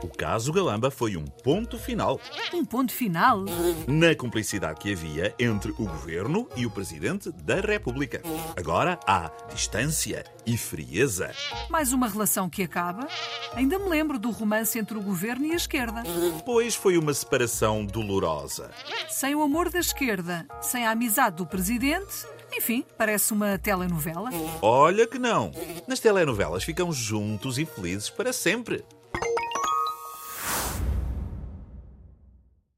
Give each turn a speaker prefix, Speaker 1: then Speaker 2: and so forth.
Speaker 1: O caso Galamba foi um ponto final
Speaker 2: Um ponto final?
Speaker 1: na cumplicidade que havia entre o governo e o presidente da República. Agora há distância e frieza.
Speaker 2: Mais uma relação que acaba? Ainda me lembro do romance entre o governo e a esquerda.
Speaker 1: Pois foi uma separação dolorosa.
Speaker 2: Sem o amor da esquerda, sem a amizade do presidente, enfim, parece uma telenovela.
Speaker 1: Olha que não! Nas telenovelas ficam juntos e felizes para sempre.